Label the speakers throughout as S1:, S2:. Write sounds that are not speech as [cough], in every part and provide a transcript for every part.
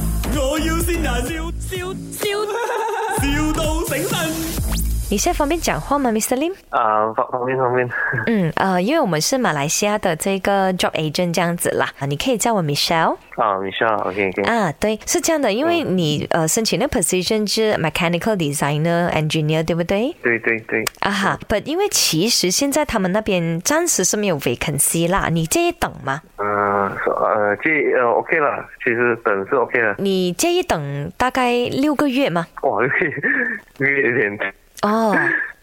S1: 要先人，笑笑笑，,笑到醒神。
S2: 你现在方便讲话吗，Mr. Lim？
S3: 啊，方方便方便， [laughs]
S2: 嗯，呃，因为我们是马来西亚的这个 job agent 这样子啦，啊你可以叫我 Michelle
S3: 啊，你笑，OK OK，
S2: 啊，对，是这样的，因为你呃申请的 position 是 mechanical designer engineer，对不对？
S3: 对对对，
S2: 啊哈，but 因为其实现在他们那边暂时是没有 vacancy 啦，你介意等吗？
S3: 嗯，说呃，这呃 OK 了，其实等是 OK 了， [laughs]
S2: 你介意等大概六个月吗？
S3: 哇，有点有点
S2: 哦，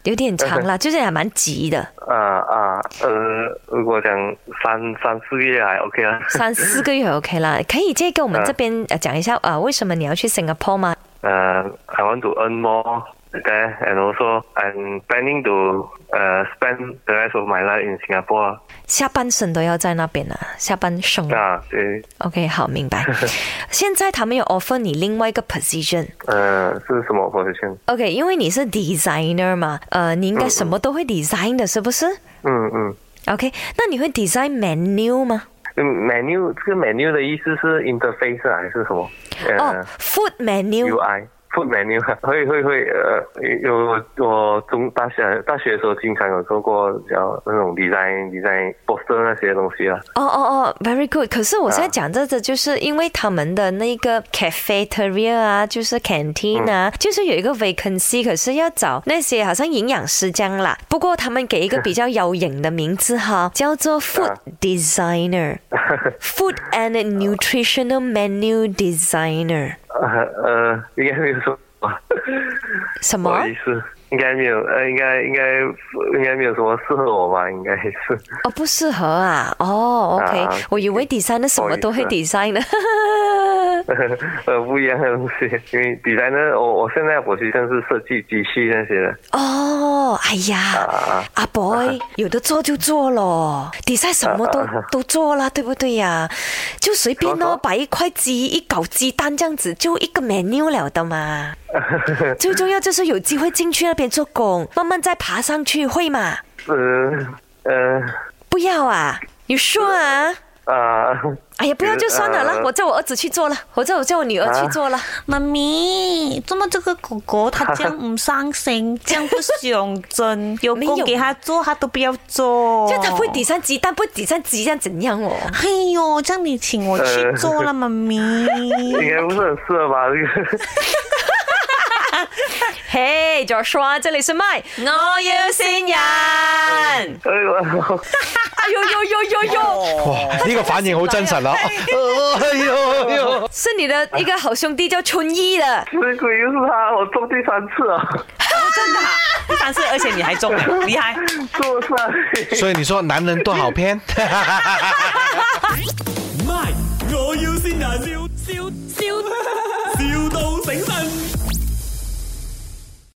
S2: 有点长啦，就是还蛮急的，
S3: 啊啊呃，如果讲三三四个月还 OK 啊，
S2: 三四个月 OK [laughs] 啦。可以介意跟我们这边呃讲一下呃为什么你要去 Singapore 吗？
S3: [laughs] 呃，I want to earn more there and also I'm planning to uh spend the rest of my life in Singapore
S2: 下半生都要在那边啊，下半生。
S3: 啊，对，
S2: OK，好，明
S3: [laughs]
S2: 白。现在他们有 offer 你另外一个 position。
S3: 呃，是什么 position？
S2: OK，因为你是 designer 嘛，呃，你应该什么都会 design 的，是不是
S3: 嗯嗯。
S2: ？OK，那你会 design menu 吗？
S3: 嗯 menu 这个 menu 的意思是 interface 啊还是什么？
S2: 哦、
S3: 呃
S2: f o o d menu。
S3: ，UI food menu 会会会呃有我中大学大学的时候经常有做过叫那种 design design poster 那些东西啊。
S2: 哦哦哦，very good。可是我现在讲这个，就是因为他们的那个 cafeteria 啊，就是 canteen 啊，就是有一个 vacancy，可是要找那些好像营养师这样啦。不过他们给一个比较妖艳的名字哈，叫做 food
S3: 啊
S2: designer。Food and Nutritional Menu Designer，
S3: 呃呃，应该没有说吧。
S2: 什
S3: 不
S2: 么
S3: 好？意思，应该没有，呃，应该应该应该没有什么适合我吧，应该是。 [laughs]
S2: 哦，不适合啊。哦，OK，、
S3: 啊
S2: 我以为 design 的什么都会
S3: 不好
S2: design [laughs] 的。
S3: 呃，不一样的东西，因为 designer，我我现在我其实是设计机器那些的，
S2: 哦，哎呀
S3: 啊，啊
S2: 阿 boy，有的做就做咯，design 什么都都做啦，对不对呀、就随便
S3: 什么
S2: 咯，把一块鸡、一搞鸡蛋这样子，就一个 menu 了的
S3: [laughs]
S2: 嘛。最重要就是有机会进去那边做工，慢慢再爬上去，会吗？
S3: 呃呃
S2: 不要啊，你说啊。
S3: 啊， [laughs]
S2: 哎呀，不要就算了啦，
S3: 呃
S2: 我叫我儿子去做了，我叫我叫我女儿去做了。
S4: 妈咪，怎么这个狗狗它这样唔伤心，这样不上
S2: [laughs]
S4: 进，有
S2: 没有
S4: 工给它做，它都不要做。
S3: 啊
S2: 就
S3: 哦
S2: 他不会抵上鸡蛋，不会抵上鸡蛋怎样哦？
S4: 哎呦，这样你请我
S2: 呃
S4: 去做
S2: [laughs]
S4: 了，妈咪。
S3: 应该不是很适合吧？这个。
S2: 嘿，就说这里是麦，我要新人。
S3: 哎 [laughs] 呦，
S2: 哎呦呦呦呦呦，
S5: 哇！哦呢、個反應好真實啊！哎呦哎呦，
S2: 是你的一个好兄弟叫春一的，
S3: 这鬼又是他，我中第三次
S6: [laughs]
S3: 啊，
S6: 真的、啊，第三次，而且你还中了，厉
S3: [laughs]
S6: 害！
S3: 中三。
S5: 所以你說男人多好騙。
S1: My，我要先人，笑笑笑，,笑到醒神。